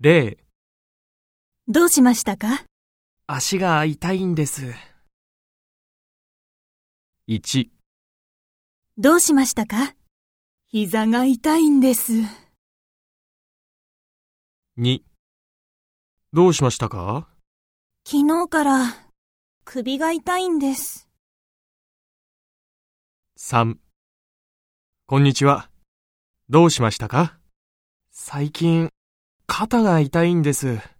0、どうしましたか足が痛いんです。1、どうしましたか膝が痛いんです。 2、どうしましたか昨日から首が痛いんです。 3、こんにちは。どうしましたか最近、肩が痛いんです。